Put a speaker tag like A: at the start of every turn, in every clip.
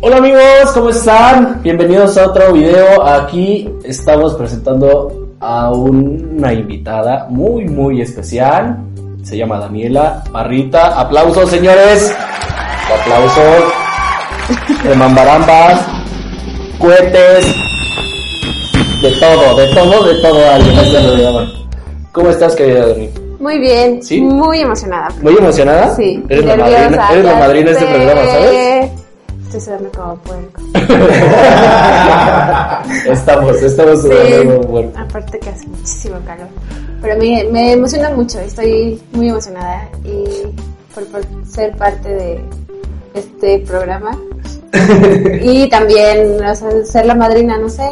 A: Hola amigos, ¿cómo están? Bienvenidos a otro video. Aquí estamos presentando a una invitada muy, muy especial. Se llama Daniela Barrita. Aplausos, señores. Aplausos. Remambarambas. Cohetes. De todo, de todo, de todo. Alguien así lo llaman. ¿Cómo estás, querida Dani?
B: Muy bien,
A: ¿Sí?
B: muy emocionada.
A: ¿Muy emocionada?
B: Sí,
A: Eres la
B: nerviosa,
A: madrina, eres la
B: ya
A: madrina de este
B: sé.
A: programa, ¿sabes?
B: Estoy sudando como puerco.
A: Estamos, estamos sudando, bueno.
B: Aparte que hace muchísimo calor. Pero me, me emociona mucho, estoy muy emocionada y por, por ser parte de este programa. y también, o sea, ser la madrina, no sé,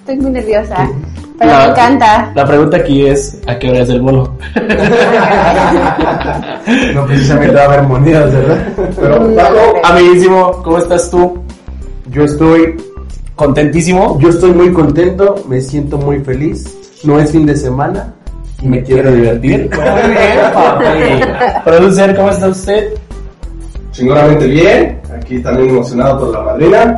B: estoy muy nerviosa. Pero
A: La-
B: me encanta.
A: La pregunta aquí es, ¿a qué hora es el bolo?
C: No precisamente va a haber monedas, ¿verdad? Pero Paco,
A: Amiguísimo, ¿cómo estás tú?
C: yo estoy,
A: ¿Contentísimo?
C: yo estoy muy contento, me siento muy feliz. No es fin de semana y me quiero divertir.
A: Producer, ¿cómo está usted?
D: chingonamente bien. Aquí también emocionado por la madrina.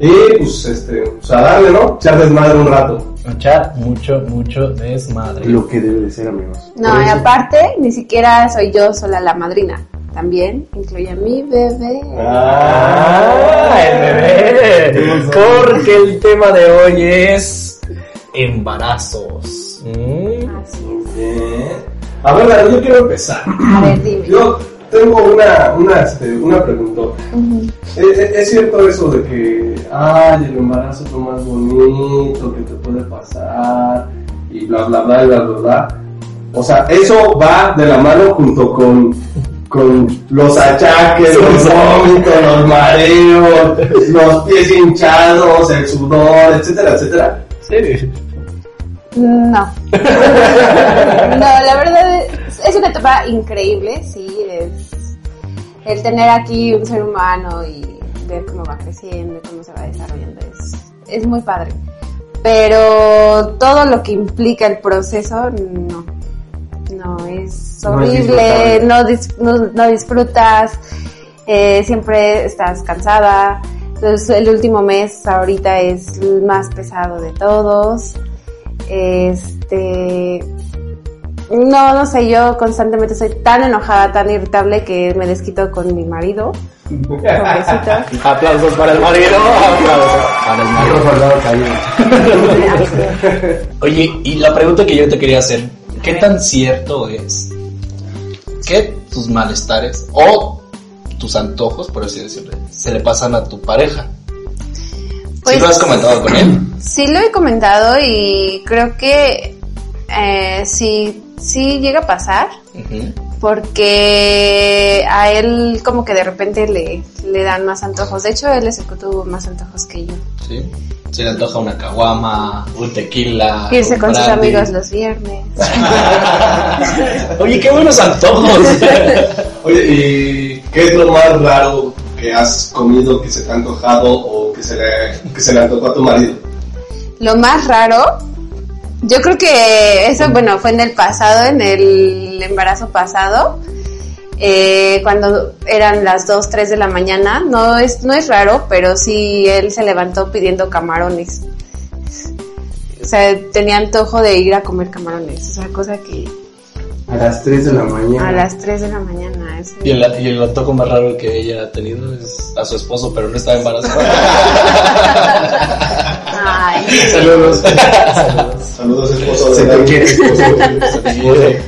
D: Y pues este, pues a darle, ¿no? Echar desmadre un rato.
A: Echar mucho, mucho desmadre.
C: Lo que debe de ser, amigos.
B: No, y aparte, ni siquiera soy yo sola la madrina. También incluye a mi bebé.
A: Ah, el bebé. Porque el tema de hoy es embarazos. Mm.
B: Así
D: Bien. A ver, Dani, yo quiero empezar.
B: es. A ver, dime.
D: Yo tengo una, una, este, una preguntota. ¿Es, es- es cierto eso de que, ay, el embarazo es lo más bonito que te puede pasar? Y bla, bla, bla, y bla, bla, bla. O sea, eso va de la mano junto con, con los achaques, los vómitos, los mareos, los pies hinchados, el sudor, etcétera, etcétera.
A: Sí.
B: No. no, la verdad es, es una etapa increíble, sí, es el tener aquí un ser humano y ver cómo va creciendo y cómo se va desarrollando es, es muy padre. Pero todo lo que implica el proceso, no. No, es
C: No es
B: horrible,
C: disfrutable.
B: no, dis- no, no disfrutas, eh, siempre estás cansada. Entonces, el último mes ahorita es el más pesado de todos. Este. No, no sé, yo constantemente soy tan enojada, tan irritable que me desquito con mi marido. Pobrecito.
A: Aplausos para el marido. Aplausos para el marido.
C: Soldado caído.
A: Oye, y la pregunta que yo te quería hacer, ¿qué tan cierto es que tus malestares o tus antojos, por así decirlo, se le pasan a tu pareja?
B: Pues-
A: ¿Sí lo has comentado con él?
B: Sí lo he comentado y creo que eh, sí, sí llega a pasar
A: Ujú.
B: porque a él como que de repente le, le dan más antojos. De hecho, él es el que tuvo más antojos que yo.
A: ¿Sí? Se le antoja una caguama, un tequila.
B: Irse
A: Ah, un
B: con sus
A: brandy.
B: amigos los viernes.
A: Oye, qué buenos antojos.
D: Oye, ¿y qué es lo más raro que has comido, que se te ha antojado o que se le, que se le antojó a tu marido?
B: Lo más raro, yo creo que eso, bueno, fue en el pasado, en el embarazo pasado, eh, cuando eran las 2, 3 de la mañana. No es, no es raro, pero sí él se levantó pidiendo camarones. O sea, tenía antojo de ir a comer camarones, o sea, cosa que
C: A las 3 de la mañana.
B: a las 3 de la mañana. es-
A: y, el, y el antojo más raro que ella ha tenido es a su esposo, pero no estaba embarazada.
B: Ay,
A: Saludos.
D: Saludos, esposo. de
C: Se te
D: Dani.
C: quiere,
A: Se te quiere.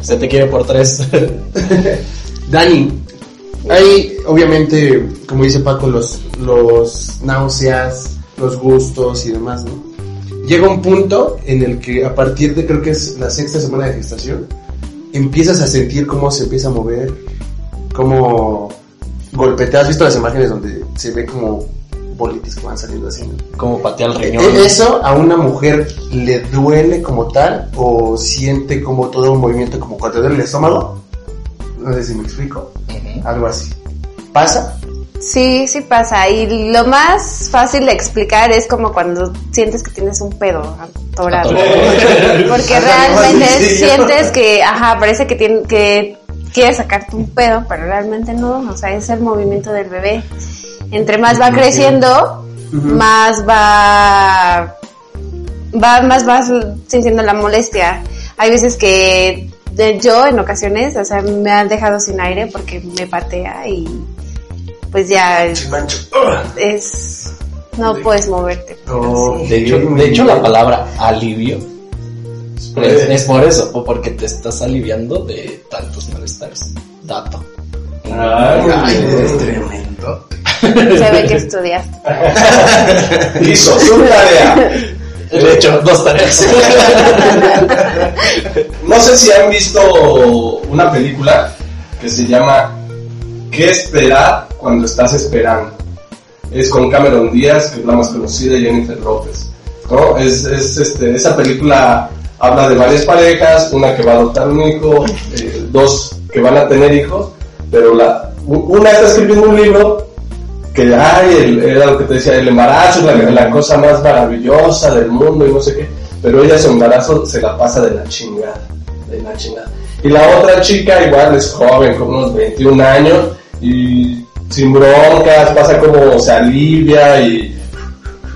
A: Se te quiere por tres.
C: Dani, hay obviamente, como dice Paco, los, los náuseas, los gustos y demás, ¿no?
D: llega un punto en el que a partir de creo que es la sexta semana de gestación, empiezas a sentir cómo se empieza a mover, cómo golpetea. ¿Has visto las imágenes donde se ve como bolitas que van saliendo así? no?
A: Como patear el
C: Eh,
A: riñón.
D: ¿E- ¿Eso a una mujer le duele como tal o siente como todo un movimiento como cuando te duele el estómago? No sé si me explico. Algo así. ¿Pasa?
B: Sí, sí pasa. Y lo más fácil de explicar es como cuando sientes que tienes un pedo atorado. Porque realmente
D: Sí, sí.
B: sientes que, ajá, parece que, tiene, que quieres sacarte un pedo, pero realmente no. O sea, es el movimiento del bebé. Entre más va creciendo, más va va, más vas sintiendo la molestia. Hay veces que de- yo en ocasiones, o sea, me han dejado sin aire porque me patea y pues ya es,
D: Mancho.
B: no puedes moverte.
D: Oh,
B: pero sí.
A: De hecho, de hecho, la palabra alivio es, es por eso, po- porque te estás aliviando de tantos malestares. Dato.
D: Ay,
C: eres
D: tremendo.
B: Se ve que estudiaste.
D: Hizo su tarea.
A: De hecho, dos tareas.
D: No sé si han visto una película que se llama ¿Qué esperar cuando estás esperando? Es con Cameron Díaz, que es la más conocida, y Jennifer López. ¿no? Es, es, este, esa película habla de varias parejas, una que va a adoptar un hijo, eh, dos que van a tener hijos, pero la, u- una está escribiendo un libro que ay, el- era lo que te decía, el embarazo es la, la cosa más maravillosa del mundo y no sé qué, pero ella su embarazo se la pasa de la chingada, de la chingada. Y la otra chica igual es joven, con unos 21 años, y sin broncas, pasa como se alivia y...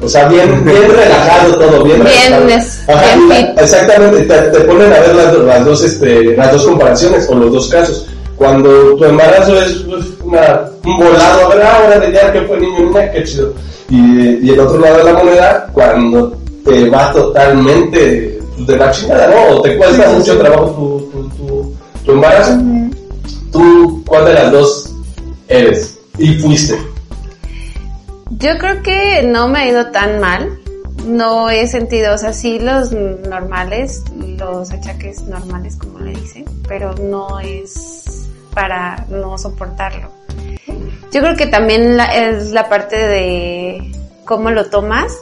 D: O sea, bien, bien relajado todo, bien,
B: Bien,
D: relajado.
B: es-
D: Ajá,
B: bien
D: la-
B: fit.
D: Exactamente, te, te ponen a ver las, do- las dos este, las dos comparaciones o los dos casos. Cuando tu embarazo es pues, una- un volado, a ver, ah, órale, ya que fue niño, niña, qué chido. Y, y el otro lado de la moneda, cuando te va totalmente pues, de la chingada, ¿no? O te cuesta mucho trabajo tu, tu, tu, tu embarazo. ¿Tú cuál de las dos eres? Y fuiste.
B: Yo creo que no me ha ido tan mal. No he sentido, o sea, sí los normales, los achaques normales, como le dicen, pero no es para no soportarlo. Yo creo que también la- es la parte de cómo lo tomas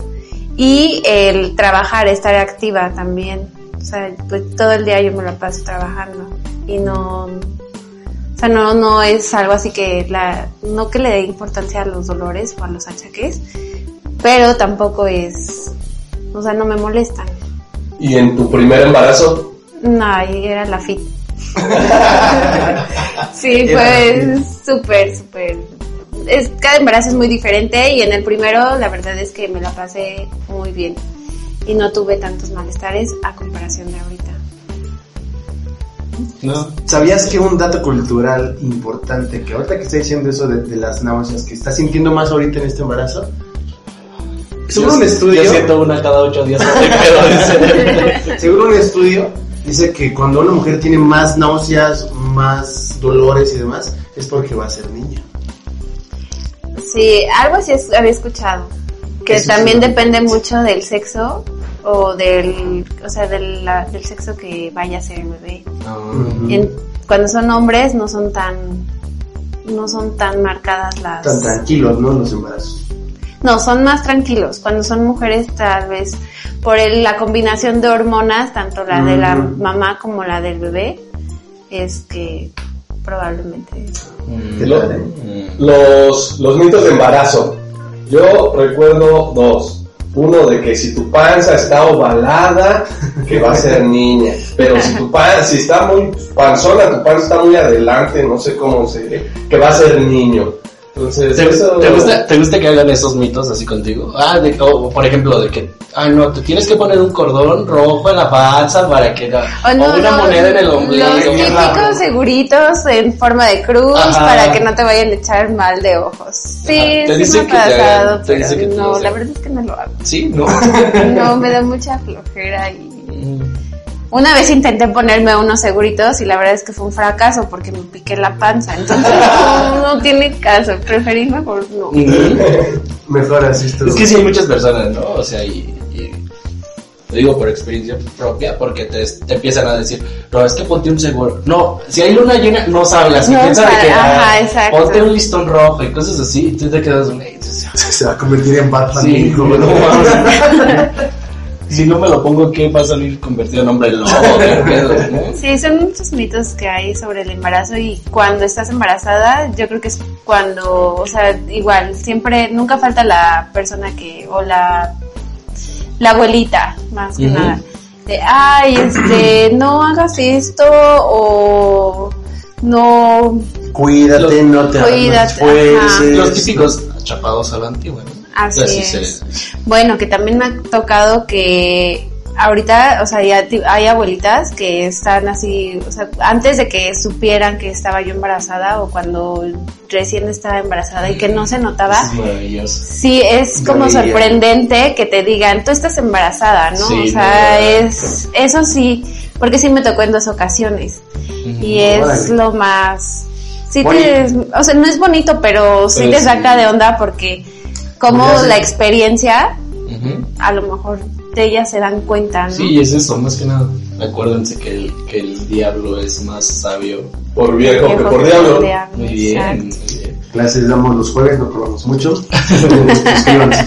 B: y el trabajar, estar activa también. O sea, pues todo el día yo me lo paso trabajando y no, o sea, no, no es algo así que la, no que le dé importancia a los dolores o a los achaques, pero tampoco es, o sea, no me molestan.
D: Y en tu primer embarazo,
B: No, ahí era la fit. sí, fue súper, súper. Es, cada embarazo es muy diferente y en el primero la verdad es que me la pasé muy bien y no tuve tantos malestares a comparación de ahorita.
C: No. ¿Sabías que un dato cultural importante, que ahorita que está diciendo eso de, de las náuseas, que está sintiendo más ahorita en este embarazo? Según un estudio,
A: Yo siento una cada ocho días. no te creo, dice.
C: según un estudio, dice que cuando una mujer tiene más náuseas, más dolores y demás, es porque va a ser niña.
B: Sí, algo así es- había escuchado. Que
C: Eso sí.
B: también depende mucho del sexo o del, o sea, del, la- del sexo que vaya a ser el bebé. En- cuando son hombres no son tan, no son tan marcadas las...
C: Tan tranquilos, ¿no? Los embarazos.
B: No, son más tranquilos. Cuando son mujeres, tal vez por el- la combinación de hormonas, tanto la de la
C: Mm.
B: mamá como la del bebé, es que probablemente.
C: ¿Qué tal, eh?
D: Los, los mitos de embarazo. Yo recuerdo dos. Uno de que si tu panza está ovalada, que va a ser niña. Pero si tu panza, si está muy panzona, tu panza está muy adelante, no sé cómo se ve, que va a ser niño. Entonces,
A: ¿Te,
D: eso...
A: te gusta, ¿Te gusta que hagan esos mitos así contigo? Ah, de, o, por ejemplo, de que, ah, no, te tienes que poner un cordón rojo en la panza para que no-
B: Oh, no,
A: o una
B: no,
A: moneda en el
B: Los
A: ombligo.
B: típicos seguritos en forma de cruz
A: Ajá.
B: para que no te vayan a echar mal de ojos. Sí,
A: Ajá. Te
B: sí
A: dicen
B: me
A: que te
B: ha
A: hagan-
B: pasado,
A: te
B: pero
A: dicen que te lo
B: no, la
A: hagan.
B: verdad es que no lo hago.
A: Sí, ¿no? Mm,
B: No, me da mucha flojera y Una vez intenté ponerme unos seguritos y la verdad es que fue un fracaso porque me piqué la panza. Entonces no, no tiene caso. Preferí mejor no.
A: Mm.
C: Mejor así estuvo.
A: Es que sí hay muchas personas, ¿no? O sea, y, y
E: Lo digo por experiencia propia, porque te, te empiezan a decir, no, es que ponte un seguro. No, si hay luna llena, no salgas.
B: No
E: y piensan
B: sal-
E: que,
B: ajá,
E: ah,
B: exacto.
E: ponte un listón rojo y cosas así, y tú te quedas, "Güey, sí,
C: Se va a convertir en Batman.
E: sí,
C: hijo,
E: no
C: ¿no?
E: mames". Si no me lo pongo, ¿qué va a salir convertido en hombre lobo? ¿Qué pedo, no?
B: Sí, son muchos mitos que hay sobre el embarazo y cuando estás embarazada, yo creo que es cuando, o sea, igual, siempre, nunca falta la persona que, o la, la abuelita, más que
E: Ujú.
B: nada, de, ay, este, no hagas esto o no,
C: Cuídate, no te
B: Cuídate,
C: esfuerces.
E: Los típicos chapados a la antigua, ¿no?
B: Así
E: se-
B: es. Bueno, que también me ha tocado que ahorita, o sea, ya ti- hay abuelitas que están así, o sea, antes de que supieran que estaba yo embarazada o cuando recién estaba embarazada y que no se notaba.
E: es maravilloso.
B: Sí, es como
C: Maravilla.
B: sorprendente que te digan, tú estás embarazada, ¿no? o
E: Sí,
B: sea,
E: no.
B: es, eso sí, porque sí me tocó en dos ocasiones. Y es
C: Órale.
B: lo más, sí te,
C: Bonito.
B: o sea, no es bonito, pero sí
E: Pero
B: te
E: sí.
B: saca de onda porque como
C: Ya sé.
B: la experiencia,
E: Ujú.
B: a lo mejor de ellas se dan cuenta, ¿no?
E: Sí, es eso, más que nada. Acuérdense que el, que el diablo es más sabio.
D: Por viejo que
B: Viejo
D: por
B: que
D: diablo.
B: diablo,
E: Muy bien,
B: exacto.
E: muy bien.
C: Clases damos los jueves, no probamos mucho. Suscríbanse.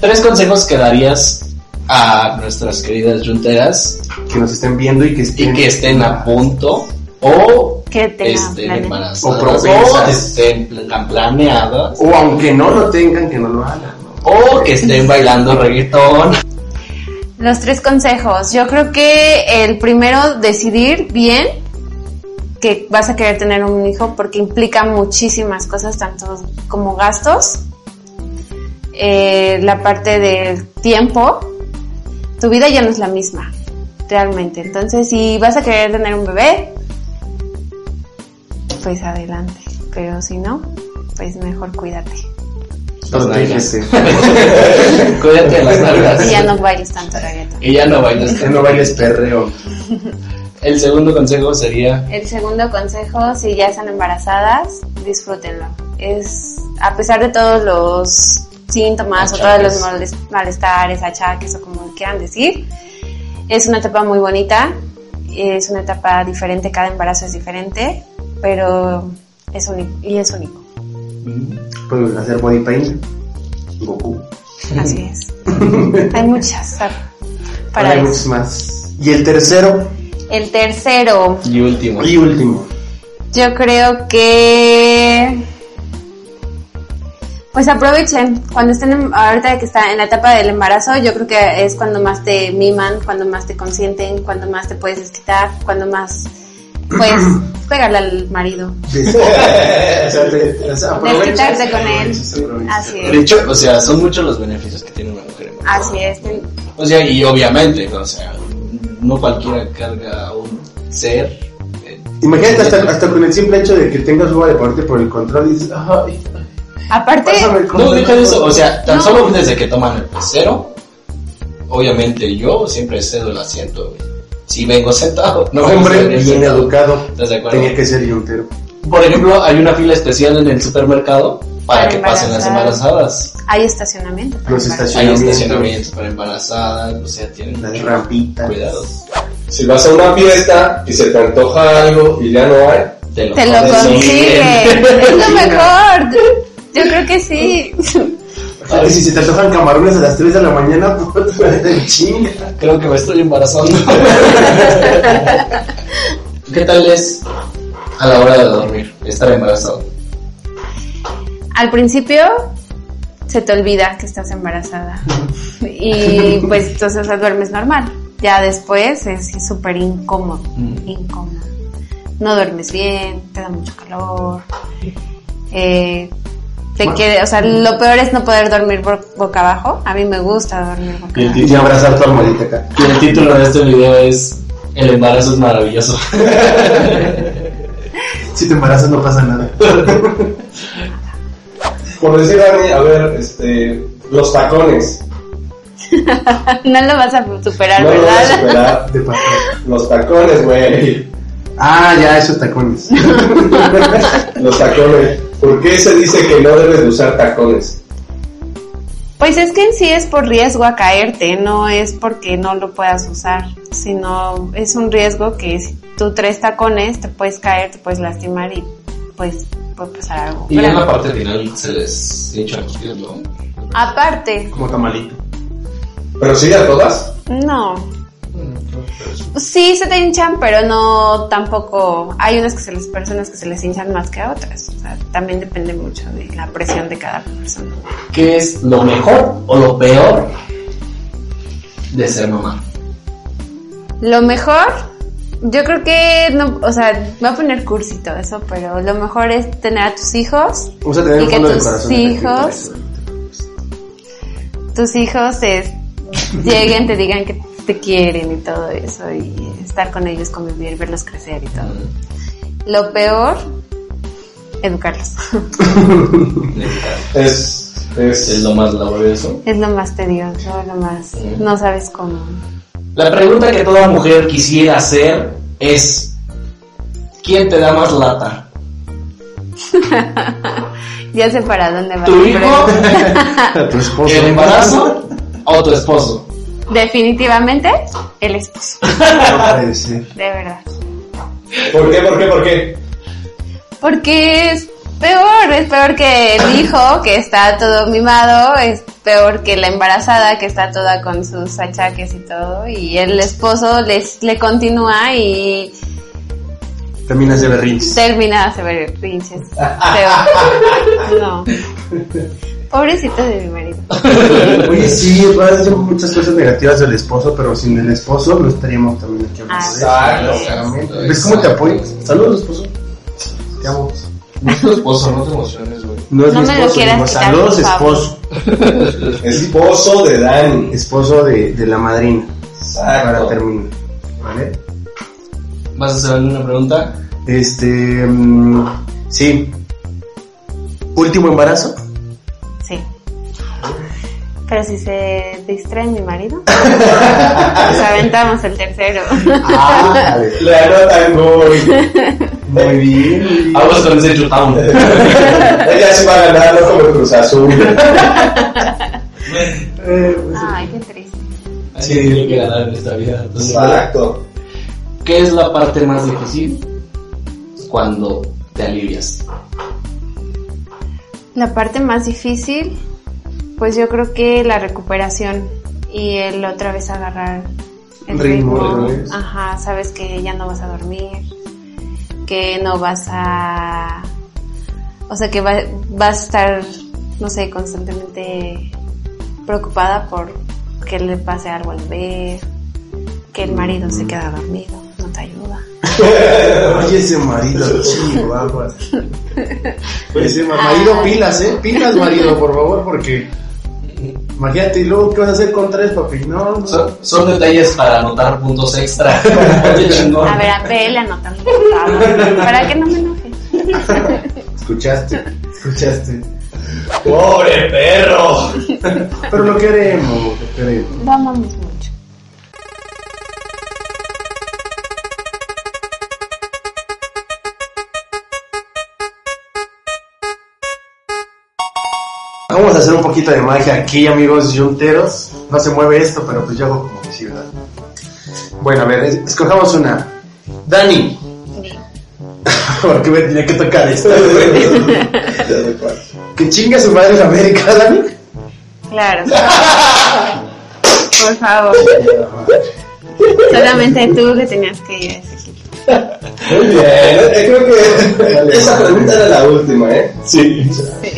E: Tres consejos que darías a nuestras queridas yunteras
C: que nos estén viendo y que estén,
E: y que estén a punto o
B: Que tengan
E: estén
B: planeado.
E: embarazadas
C: O propensas.
E: estén pla- planeadas
C: O aunque no lo tengan, que no lo hagan. ¿no?
E: o que estén bailando reggaetón.
B: Los tres consejos. Yo creo que el primero, decidir bien que vas a querer tener un hijo porque implica muchísimas cosas, tanto como gastos, eh, la parte del tiempo. Tu vida ya no es la misma, realmente. Entonces, si vas a querer tener un bebé, pues adelante. Pero si no, pues mejor cuídate.
E: Pues
C: Protégese.
E: Cuídate de las nalgas.
B: Y ya no bailes tanto reggaetón.
E: Y ya no bailas.
C: Que no bailes perreo.
E: El segundo consejo sería
B: El segundo consejo, si ya están embarazadas, disfrútenlo. Es, a pesar de todos los síntomas o todos los
E: Achaques.
B: moles- malestares, achaques o como quieran decir, es una etapa muy bonita, es una etapa diferente, cada embarazo es diferente, pero es único, y es único,
C: Pueden Pues, hacer body paint. Goku.
B: así es. Hay muchas o sea, para
C: Hay
B: eso.
C: muchos más. Y el tercero
B: El tercero,
E: y último.
C: y último.
B: Yo creo que pues aprovechen cuando estén en- ahorita que está en la etapa del embarazo, yo creo que es cuando más te miman, cuando más te consienten, cuando más te puedes desquitar, cuando más pues juegarle al marido.
C: Des- o sea, te- o sea, aprovecha.
B: Desquitarte con él.
C: Aprovecha.
B: Así
E: De
B: es.
E: hecho, o sea, son muchos los beneficios que tiene una mujer embarazada.
B: Así es. ten-
E: O sea, y obviamente, o sea, no cualquiera carga a un ser. eh,
C: Imagínate hasta, hasta con el simple hecho de que tengas lugar de ponerte por el control y dices, ay,
B: Aparte,
C: pásame el
E: No,
C: control.
E: deja de eso, o sea, tan
B: No.
E: solo desde que toman el pecero, obviamente yo siempre cedo el asiento. Si vengo sentado, no
C: Hombre
E: vengo
C: bien
E: sentado.
C: educado.
E: ¿Estás de acuerdo?
C: Tenía que ser yuntero.
E: Por ejemplo, hay una fila especial en el supermercado para,
B: Para
E: que pasen las embarazadas.
B: hay estacionamiento. para
C: Los
B: embarazos.
E: Hay
C: Estacionamientos.
E: estacionamientos para embarazadas, o sea, tienen
C: Las
E: mucho
C: rampitas.
E: cuidado.
D: Si vas a una fiesta y se te antoja algo y ya no hay,
E: Te lo,
B: Te lo consigue.
E: consiguen.
B: Es lo mejor. Yo creo que sí.
C: Y si se te antojan camarones a las 3 de la mañana, puta, de chinga.
E: Creo que me estoy embarazando. ¿Qué tal es a la hora de dormir estar embarazado?
B: Al principio se te olvida que estás embarazada y pues entonces o sea, duermes normal. Ya después es súper incómodo,
E: Mm.
B: incómodo. No duermes bien, te da mucho calor. eh, te quede- o sea, lo peor es no poder dormir bo- boca abajo. A mí me gusta dormir boca abajo.
C: Y abrazar tu almohadita acá.
E: Y el título de este video es El embarazo es maravilloso.
C: Si te embarazas no pasa nada.
D: por decir Dani, a ver, este, los tacones.
B: No lo vas a superar,
D: no lo voy a
B: ¿verdad?
D: superar.
C: De pasar.
D: Los tacones, güey.
C: Ah, ya, esos tacones.
D: Los tacones. ¿Por qué se dice que no debes de usar tacones?
B: Pues es que en sí es por riesgo a caerte, no es porque no lo puedas usar, sino es un riesgo que si tú tres tacones te puedes caer, te puedes lastimar y pues puede pasar algo.
E: Y ya en
B: grave.
E: la parte final se les hinchan los pies, ¿no?
B: Aparte,
C: Como tamalito.
D: Pero sí a todas.
B: no.
E: Mm,
B: Sí se te hinchan, pero no tampoco. Hay unas que se les personas que se les hinchan más que a otras. O sea, también depende mucho de la presión de cada persona.
A: ¿Qué es lo mejor o lo peor?
E: De ser mamá.
B: Lo mejor, yo creo que no, o sea, me va a poner cursito eso, pero lo mejor es tener a tus hijos,
C: Vamos a tener
B: Y
C: el
B: que
C: fondo del
B: tus
C: corazón.
B: hijos- tus hijos es- lleguen, te digan que te quieren y todo eso, y estar con ellos, convivir, verlos crecer y todo. Lo peor, educarlos.
D: Es,
E: Es
D: es,
E: lo más laborioso.
B: es lo más tedioso, lo más, no sabes cómo.
E: La pregunta que toda mujer quisiera hacer es: ¿Quién te da más lata?
B: Ya sé para dónde va.
E: ¿Tu
B: la
E: hijo?
B: pregunta.
C: tu esposo.
E: ¿El embarazo? ¿O tu esposo?
B: Definitivamente, el esposo,
C: No puede ser.
B: de verdad.
D: ¿Por qué? ¿Por qué? ¿Por qué?
B: Porque es peor, es peor que el hijo que está todo mimado, es peor que la embarazada que está toda con sus achaques y todo, y el esposo les, le continúa y
C: Terminas de berrinches.
B: termina de hacer pinches. Peor. No. Pobrecito de mi marido.
C: Oye, sí, es verdad, son muchas cosas negativas del esposo, pero sin el esposo no estaríamos también aquí hablando de eso.
E: Exacto.
C: Claramente. ¿Ves cómo te apoyo? Saludos, esposo. Te amo.
E: Es tu esposo, no te emociones, güey.
C: No es
B: No
C: mi
B: me lo
C: esposo,
B: quieras
C: digo,
B: quitar,
C: saludos,
B: por favor.
C: esposo.
D: Esposo de Dani.
C: Esposo de, de la madrina. Para
E: Exacto.
C: terminar. ¿Vale?
E: ¿Vas a hacer alguna pregunta?
C: Este. mm, sí. Último embarazo.
B: Sí. Pero si se distrae mi marido, nos aventamos el tercero.
C: Ah,
D: Le anotan gol.
C: Muy bien.
E: Aguas con ese chutón.
D: Ella se va a ganar, no como el Cruz Azul.
B: Ay, qué triste.
E: Así tiene que ganar en esta vida. Entonces,
D: Exacto.
E: ¿Qué es la parte más difícil? Cuando te alivias.
B: La parte más difícil, pues yo creo que la recuperación y el otra vez agarrar el
C: Ritmo,
B: ritmo.
C: otra vez.
B: Ajá, sabes que ya no vas a dormir, que no vas a... O sea, que va- vas a estar, no sé, constantemente preocupada por que le pase algo al bebé, que el marido se
C: Mm.
B: queda dormido, no te ayuda.
C: Oye, ese marido, chido, aguas. Ese ma- marido, pilas, ¿eh? Pilas, marido, por favor, porque. Imagínate, y luego, ¿qué vas a hacer con tres, papi? No, no.
E: Son, son detalles para anotar puntos extra. Qué chingón.
B: A ver, a ver, anotando, por favor, para que no me enoje.
C: Escuchaste, escuchaste.
D: ¡Pobre perro!
C: Pero lo queremos, lo queremos.
B: Lo amamos mucho.
C: Vamos a hacer un poquito de magia aquí, amigos yunteros. No se mueve esto, pero pues yo hago como que sí, ¿verdad? Bueno, a ver, es- escojamos una. Dani, porque me tenía que tocar esta. que chinga su madre en América, Dani.
B: Claro. Por favor. Solamente tú le tenías que ir a ese equipo.
D: Muy bien, eh, creo que esa pregunta era la última, ¿eh?
C: Sí,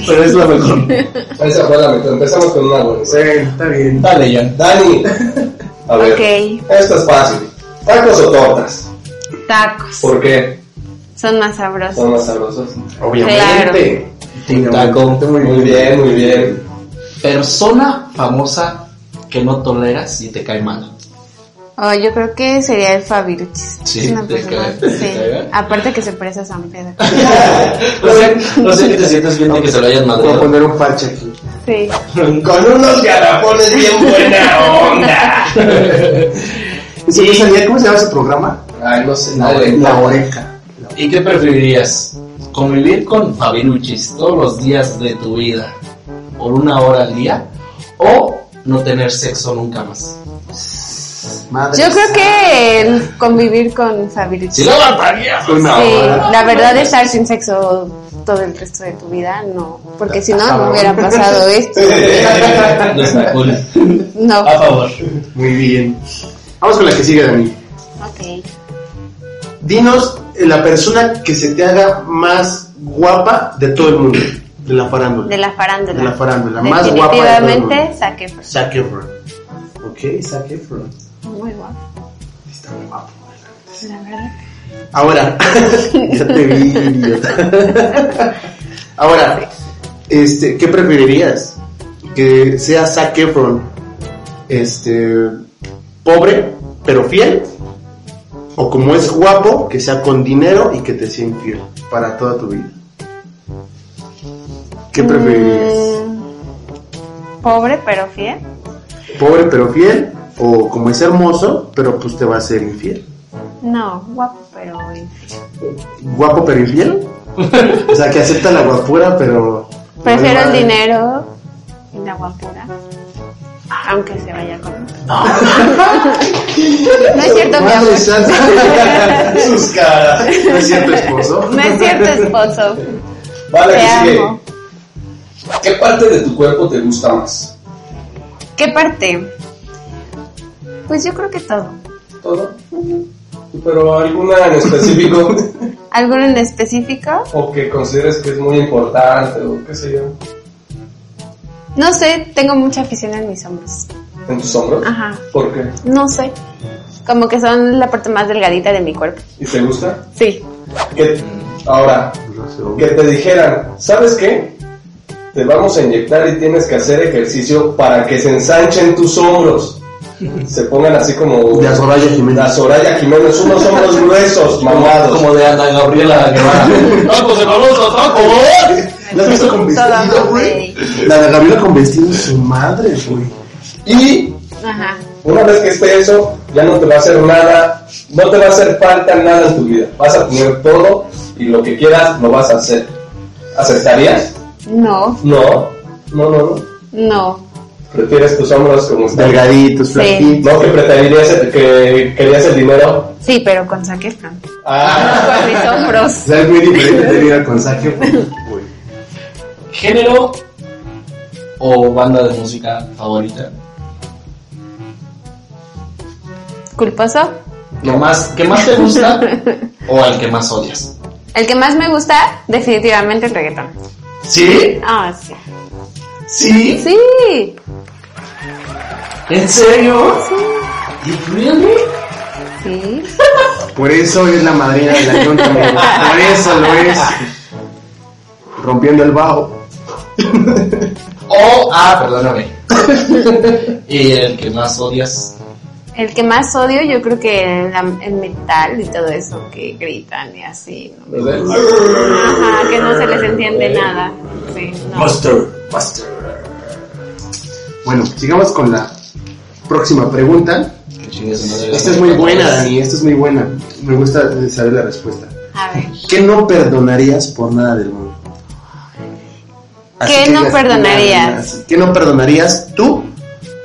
C: pero es la mejor.
D: Esa fue la mejor. Empezamos con una buena.
C: Bueno, está bien.
E: Dale, Jan.
D: Dani, a ver,
B: Ok,
D: esto es fácil. ¿Tacos o tortas?
B: tacos.
D: ¿Por qué?
B: Son más sabrosos.
D: Son más sabrosos.
C: Obviamente.
E: Un taco.
D: Muy bien, muy bien.
E: Persona famosa que no toleras y te cae mal.
B: Oh, yo creo que sería el Fabiruchis.
E: Sí,
B: Es una
E: te
B: persona.
E: cae- te
B: sí.
E: cae bien.
B: Aparte que se parece a San Pedro.
E: No sé, no pues, sé qué te sientes bien de que se lo hayan
C: Voy a
E: mandado.
C: poner un parche aquí.
B: Sí.
D: Con unos garrafones bien buena onda.
C: ¿Eso no sabía? ¿Cómo se llama ese programa?
E: pues.
D: Ay, no sé,
E: La
D: no, güey.
C: La oreja.
E: ¿Y qué preferirías? ¿Convivir con Fabiruchis todos los días de tu vida por una hora al día? o no tener sexo nunca más.
C: Madre.
B: Yo creo que el convivir con Fabrizio.
E: Si lo aguantarías una
B: Sí,
E: hora.
B: la verdad estar sin sexo todo el resto de tu vida, no. Porque si no, no
C: favor.
B: hubiera pasado esto.
E: No está cool.
B: No.
E: A favor.
C: Muy bien. Vamos con la que sigue, Dani.
B: Ok.
C: Dinos eh, la persona que se te haga más guapa de todo el mundo. De la farándula.
B: De la farándula.
C: De la farándula, más guapa de todo el mundo.
B: Definitivamente saqué. pues,
C: Zac Efron. Ok, Zac Efron.
B: Muy guapo,
C: Está muy guapo.
B: la verdad.
C: Ahora, ya te vi, idiota. Ahora, este, ¿qué preferirías? Que sea Zac Efron, este, pobre pero fiel, o como es guapo, que sea con dinero y que te sea infiel para toda tu vida. ¿Qué preferirías?
B: Mm, Pobre pero fiel.
C: Pobre pero fiel, o como es hermoso, pero pues te va a ser infiel.
B: No, guapo pero infiel.
C: Guapo pero infiel. O sea, que acepta la guapura, pero.
B: Prefiero el
C: Vale, madre.
B: dinero y la guapura. Aunque se vaya con otro. No es cierto, mi amor.
C: Madre santa. Sus caras. No es cierto, esposo.
B: No es cierto, esposo.
D: Vale,
B: Te
D: que sigue.
B: amo.
D: ¿Qué parte de tu cuerpo te gusta más?
B: ¿Qué parte? Pues yo creo que todo.
D: ¿Todo? Pero alguna en específico
B: ¿Alguno en específico?
D: o que consideres que es muy importante o qué sé yo.
B: No sé, tengo mucha afición en mis hombros.
D: ¿En tus hombros?
B: Ajá.
D: ¿Por qué?
B: No sé. Como que son la parte más delgadita de mi cuerpo.
D: ¿Y te gusta?
B: Sí.
D: ¿Qué- Ahora, que te dijeran, ¿sabes qué? Te vamos a inyectar y tienes que hacer ejercicio para que se ensanchen tus hombros. Se pongan así como
C: De Soraya
D: la
C: Jiménez.
D: Soraya Jiménez, unos hombros gruesos, mamados.
E: Como de Ana Gabriela Guevara. No, pues se conoce, ¿no?
C: ¿La has visto con vestido,
B: Todo,
C: güey? La de Gabriela con vestido es su madre, güey.
D: Y
B: Ajá.
D: una vez que esté eso, ya no te va a hacer nada, no te va a hacer falta nada en tu vida. Vas a tener todo y lo que quieras lo vas a hacer. ¿Aceptarías?
B: No,
D: No, no, no, no.
B: no.
D: Prefieres tus hombros como están.
C: Delgaditos,
B: Sí.
C: flaquitos.
D: No, que preferirías el- que querías el dinero.
B: Sí, pero con saquefran.
D: Ah,
B: Con mis
C: O
B: hombros.
C: sea, es muy diferente de vida con Zac Efron, güey.
E: ¿Género o banda de música favorita?
B: ¿Culposo?
E: ¿Lo más, que más te gusta o al que más odias?
B: El que más me gusta, definitivamente el reggaetón.
E: ¿Sí?
B: Ah, sí.
E: ¿Sí?
B: Sí.
E: ¿En serio? ¿Y really?
B: Sí.
C: Por eso es la madrina de la yunta, güey. Por eso lo es. Rompiendo el bajo.
E: O, ah, perdóname. ¿Y el que más odias?
B: El que más odio, yo creo que la- el metal y todo eso que gritan y así. ¿no? Ajá, que no se les entiende nada. Sí, no.
E: Monster.
C: Bueno, sigamos con la próxima pregunta. Esta es muy buena, Dani, esta es muy buena. Me gusta eh, saber la respuesta.
B: A ver.
C: ¿Qué no perdonarías por nada del mundo?
B: ¿Qué
C: que
B: no
C: digas,
B: perdonarías?
C: nada, así, ¿Qué no perdonarías tú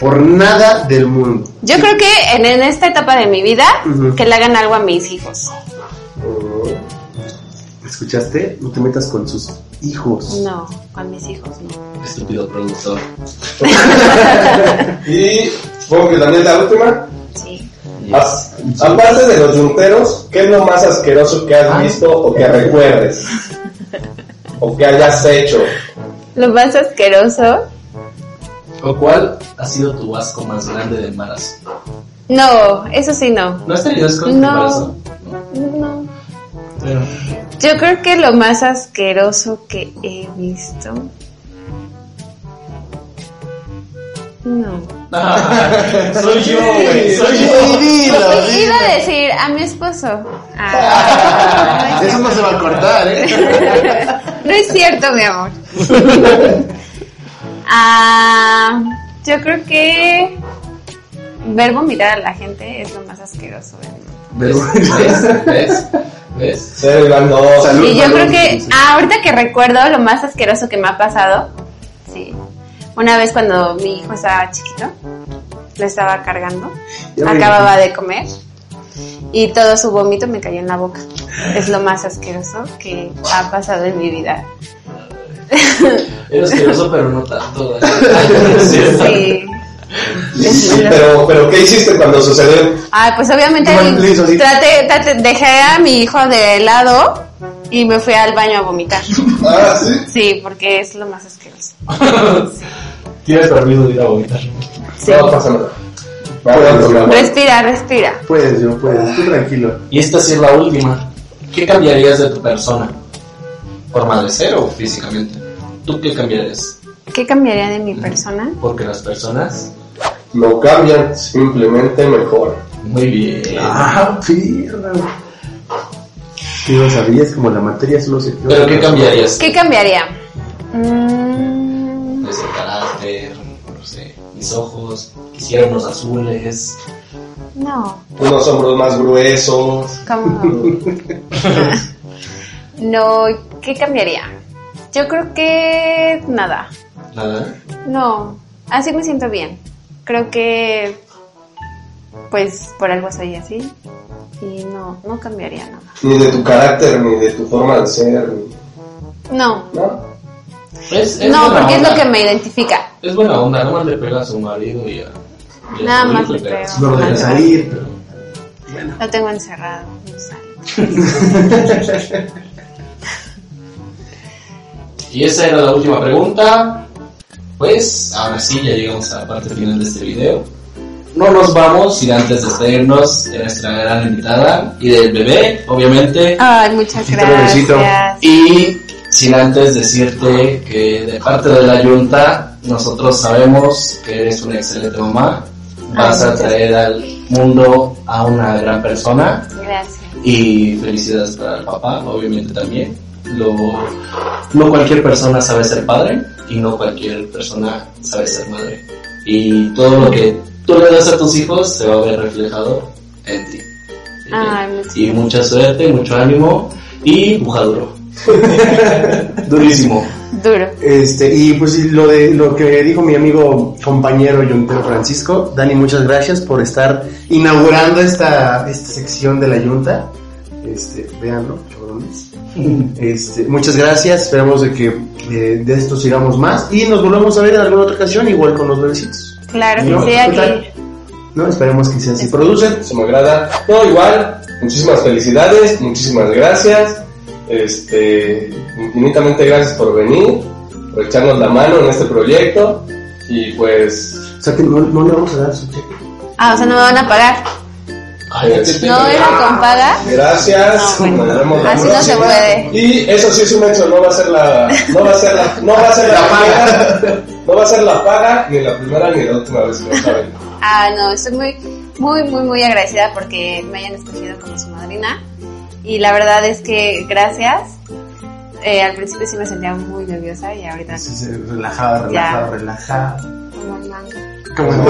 C: por nada del mundo?
B: Yo creo que en, en esta etapa de mi vida,
C: Ujú.
B: que le hagan algo a mis hijos.
C: Oh, ¿Escuchaste? No te metas con sus hijos.
B: No, con mis hijos no.
E: Estúpido productor.
D: y supongo que también la última.
B: Sí.
D: As- Aparte de los yunteros, ¿qué es lo más asqueroso que
E: Ah.
D: has visto o que recuerdes? O que hayas hecho.
B: Lo más asqueroso.
E: ¿O cuál ha sido tu asco más grande de embarazo?
B: No, eso sí no.
E: ¿No has tenido asco en tu
B: No.
E: embarazo?
B: No.
E: Pero,
B: Yo creo que lo más asqueroso que he visto. No.
E: soy yo, güey, soy yo.
B: Iba a decir a mi esposo. Ah,
C: Eso no se va a cortar, ¿eh?
B: no es cierto, mi amor. Ah, yo creo que ver vomitar a la gente es lo más asqueroso. del mundo.
E: ¿Ves? ¿Ves? ¿Ves? ¿Ves?
D: Ser Iván, no.
C: Salud.
B: Y yo
C: Salud.
B: creo que ah, ahorita que recuerdo lo más asqueroso que me ha pasado, sí, Una vez cuando mi hijo estaba chiquito, lo estaba cargando,
D: Ya me
B: acababa de comer y todo su vómito me cayó en la boca. Es lo más asqueroso que ha pasado en mi vida.
E: Era asqueroso, pero no tanto.
B: Sí.
C: Sí, pero, pero ¿qué hiciste cuando sucedió?
B: Ah, pues obviamente
C: Igual
B: ahí
C: le hizo así.
B: traté- traté- dejé a mi hijo de lado y me fui al baño a vomitar.
C: Ah, sí.
B: Sí, porque es lo más asqueroso.
E: Tienes permiso de ir a vomitar.
B: Sí.
D: No pasa nada. pues,
C: Puedo, mi amor.
B: Respira, respira.
C: Puedes, yo puedes, tú tranquilo.
E: Y esta sí es la última. ¿Qué cambiarías de tu persona? ¿Forma de ser o físicamente? ¿Tú qué cambiarías?
B: ¿Qué cambiaría de mi persona?
E: Porque las personas.
D: Lo cambian, simplemente mejor.
E: Muy bien.
C: Ah, pierda. Tú lo sabías, como la materia solo se quedó.
E: ¿Pero qué cambiarías?
B: ¿Qué cambiaría? Mm,
E: Desde carácter, no sé, mis ojos, quisiera unos azules.
B: no,
D: Unos hombros más gruesos.
B: ¿cómo? no, ¿qué cambiaría? Yo creo que nada.
E: Nada.
B: No, así me siento bien. Creo que pues por algo soy así y no, no cambiaría nada.
D: Ni de tu carácter, ni de tu forma de ser. ni-
B: No,
D: ¿No?
E: Es, es
B: no,
E: buena
B: porque es
E: onda.
B: lo que me identifica.
E: Es buena onda, nada más le pega a su marido y a. y a
B: Nada
E: su
B: más
E: hijo
B: le
E: y pega.
B: pego.
C: No lo dejan salir, pero.
B: Lo tengo encerrado, no sale.
E: Y esa era la última pregunta. Pues ahora sí, ya llegamos a la parte final de este video. No nos vamos sin antes despedirnos de nuestra gran invitada y del bebé, obviamente.
B: Ay, muchas
C: Besito, besito.
B: gracias.
E: Y sin antes decirte que de parte de la Junta, nosotros sabemos que eres una excelente mamá. Vas
B: Ay,
E: a
B: muchas
E: traer al mundo a una gran persona.
B: Gracias.
E: Y felicidades para el papá, obviamente también. Lo, no cualquier persona sabe ser padre y no cualquier persona sabe ser madre. Y todo lo que tú le das a tus hijos se va a ver reflejado en ti.
B: Ay, muchas
E: y mucha suerte, mucho ánimo y puja duro. Durísimo.
B: Duro.
C: Este, y pues y lo de lo que dijo mi amigo compañero Juntero Francisco, Dani, muchas gracias por estar inaugurando esta, esta sección de la Junta. Este, véanlo, cabrones. Este, muchas gracias, esperamos de que eh, de esto sigamos más y nos volvemos a ver en alguna otra ocasión, igual con los bebecitos.
B: Claro
C: ¿No?
B: que sí, aquí.
C: ¿No? Esperemos que sea así. Producen.
D: Eso me agrada. No, igual. Muchísimas felicidades, muchísimas gracias. Este, infinitamente gracias por venir, por echarnos la mano en este proyecto. Y pues,
C: O sea que no, no le vamos a dar su cheque.
B: Ah, o sea, no me van a pagar.
D: este,
B: No era con paga.
D: gracias.
B: No, bueno,
D: Nos vemos la
B: Así no se
D: próxima.
B: puede.
D: Y eso sí es un hecho, no va a ser la, no va a ser la, no va a ser la, paga, no va a ser la paga ni la primera ni la última vez, lo saben.
B: Ah, no, estoy muy, muy, muy, muy agradecida porque me hayan escogido como su madrina. Y la verdad es que gracias. Eh, al principio sí me sentía muy nerviosa y ahorita
C: Sí, sí, Relajado,
B: Ya.
C: relajado, relajado.
B: como el mango.
C: Como no.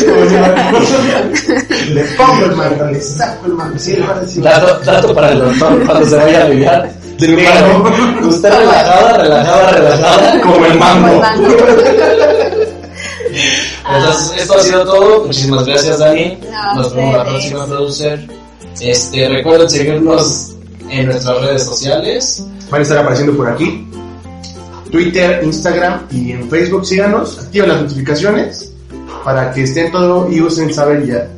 C: Como no. Le pongo el mango, le saco el mango. Sí, le van a decir.
E: Dato, dato para el doctor cuando se vaya a aliviar.
C: mango.
E: Usted relajada, relajada, relajada. Como el
B: Como el mango. Ah,
E: Entonces, esto ha sido todo. Muchísimas gracias, Dani.
B: No,
E: Nos vemos la
B: ustedes.
E: próxima, producer. Este, recuerden seguirnos en nuestras redes sociales.
C: Van a estar apareciendo por aquí. Twitter, Instagram y en Facebook. Síganos, activen las notificaciones para que estén todo y usen saber ya.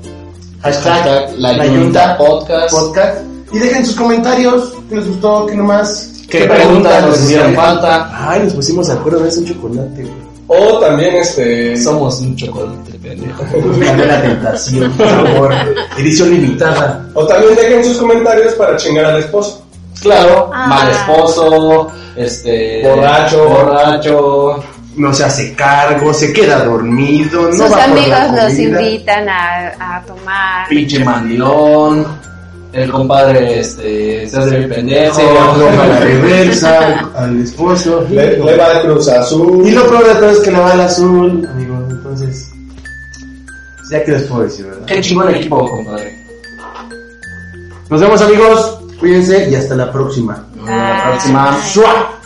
C: Hashtag,
E: Hashtag La Yunta Podcast.
C: podcast. Y dejen sus comentarios. ¿Qué les gustó? ¿Qué nomás?
E: ¿Qué preguntas nos hicieron falta?
C: Ay, nos pusimos de acuerdo, es un chocolate, güey.
D: O también este,
E: Somos un chocolate, pendejo.
C: Dame la tentación, por favor. Edición limitada.
D: o también dejen sus comentarios para chingar al esposo.
E: Claro,
B: Ah.
E: mal esposo, este...
D: Borracho.
E: Borracho.
C: No se hace cargo, se queda dormido. No
B: Sus
C: va por la
B: amigos los
C: comida.
B: invitan a, a tomar.
E: Pinche mandilón. El compadre, este... Se hace bien pendejo.
C: Se le afloja la reversa al esposo.
D: Le, le va de Cruz Azul.
C: Y lo peor de todo es que le va el azul, amigos. Entonces, ya que les puedo decir, ¿verdad?
E: Qué chingón equipo, compadre.
C: Nos vemos, amigos. Cuídense y hasta la próxima.
E: Nos vemos la próxima.
B: Ah, Ay.
C: ¡Sua!